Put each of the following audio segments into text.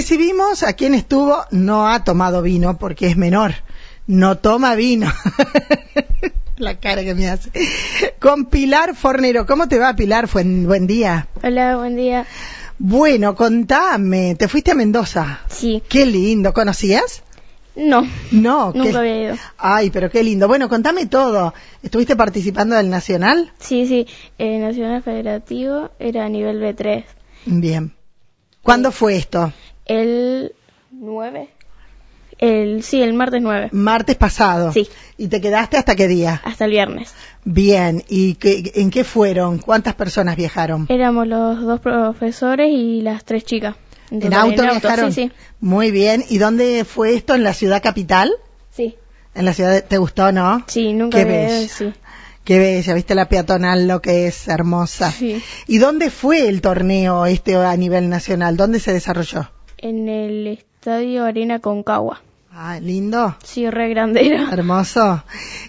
Recibimos a quien estuvo, no ha tomado vino porque es menor. No toma vino. La cara que me hace. Con Pilar Fornero. ¿Cómo te va, Pilar? Fuen- Buen día. Hola, buen día. Bueno, contame. ¿Te fuiste a Mendoza? Sí. Qué lindo. ¿Conocías? No, No. qué- nunca había ido. Ay, pero qué lindo. Bueno, contame todo. ¿Estuviste participando del Nacional? Sí, sí. Eh, Nacional Federativo era a nivel B3. Bien. ¿Cuándo fue esto? El 9. El, sí, el martes 9. Martes pasado. Sí. ¿Y te quedaste hasta qué día? Hasta el viernes. Bien. ¿Y qué- en qué fueron? ¿Cuántas personas viajaron? Éramos los dos profesores y las tres chicas. ¿En Entonces, auto viajaron? Sí, sí. Muy bien. ¿Y dónde fue esto? ¿En la ciudad capital? Sí, ¿En la ciudad? de- ¿Te gustó, no? sí nunca Qué había ido. bella. Sí. Qué bella, viste la peatonal, lo que es hermosa. Sí. ¿Y dónde fue el torneo este a nivel nacional? ¿Dónde se desarrolló? En el estadio Arena Concagua. Ah, lindo, Sí, re grande era. hermoso.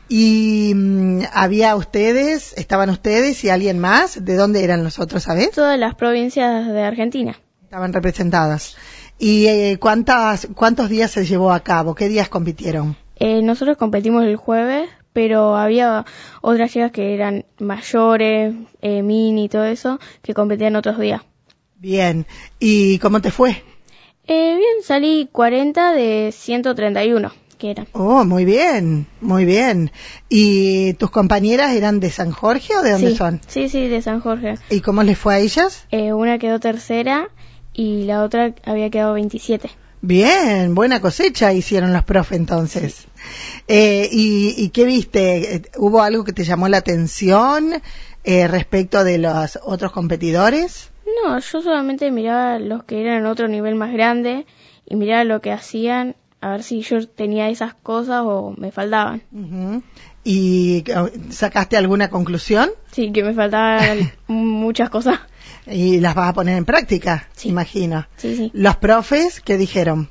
¿Y mm, había ustedes, estaban ustedes y alguien más? ¿De dónde eran los otros, sabes? Todas las provincias de Argentina. Estaban representadas. ¿Y eh, cuántas, cuántos días se llevó a cabo? ¿Qué días compitieron? Eh, nosotros competimos el jueves, pero había otras chicas que eran mayores, eh, mini y todo eso, que competían otros días. Bien. ¿Y cómo te fue? Eh, bien, salí 40 de 131, que eran. Oh, muy bien, muy bien. ¿Y tus compañeras eran de San Jorge o de dónde sí, son? Sí, sí, de San Jorge. ¿Y cómo les fue a ellas? Eh, una quedó tercera y la otra había quedado 27. Bien, buena cosecha hicieron los profe entonces. Eh, ¿y, y qué viste? Eh, ¿Hubo algo que te llamó la atención eh, respecto de los otros competidores? No, yo solamente miraba los que eran otro nivel más grande y miraba lo que hacían, a ver si yo tenía esas cosas o me faltaban. Ujú. ¿Y eh, sacaste alguna conclusión? Sí, que me faltaban muchas cosas. Y las vas a poner en práctica, Sí. imagino. Sí, sí. ¿Los profes qué dijeron?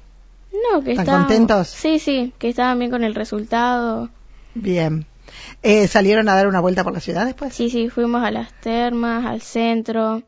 No, que ¿Están estaban- contentos? Sí, sí, que estaban bien con el resultado. Bien. Eh, ¿Salieron a dar una vuelta por la ciudad después? Sí, sí, fuimos a las termas, al centro.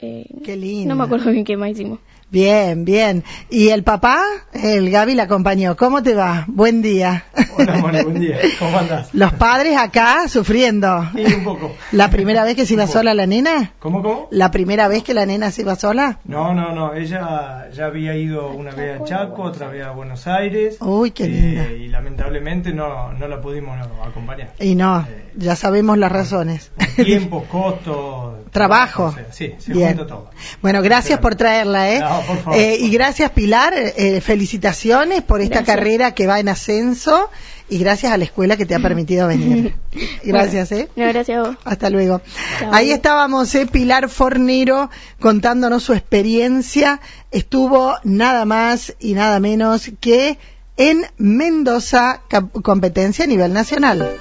Eh, Qué lindo. no me acuerdo bien qué más hicimos. Bien, bien. ¿Y el papá? El Gaby la acompañó. ¿Cómo te va? Buen día. Hola, Manu, buen día. ¿Cómo andás? Los padres acá sufriendo. Sí, un poco. ¿La primera vez que se iba sola la nena? ¿Cómo, cómo? ¿La primera vez que la nena se iba sola? No, no, no. Ella ya había ido una vez a Chaco, otra vez a Buenos Aires. Uy, Oh, qué eh, linda. y lamentablemente no, no la pudimos no, acompañar. Y no, ya sabemos las razones. Tiempos, costos. Trabajo. o sea, Sí, se Bien. junta todo. Bueno, gracias por traerla, ¿eh? No, por favor. Eh, y gracias, Pilar. eh, felicitaciones por esta Gracias. carrera que va en ascenso y gracias a la escuela que te ha permitido venir. Gracias, ¿eh? No, gracias a vos. Hasta luego. Chao. Ahí estábamos, eh, Pilar Fornero contándonos su experiencia. Estuvo nada más y nada menos que en Mendoza, cap- competencia a nivel nacional.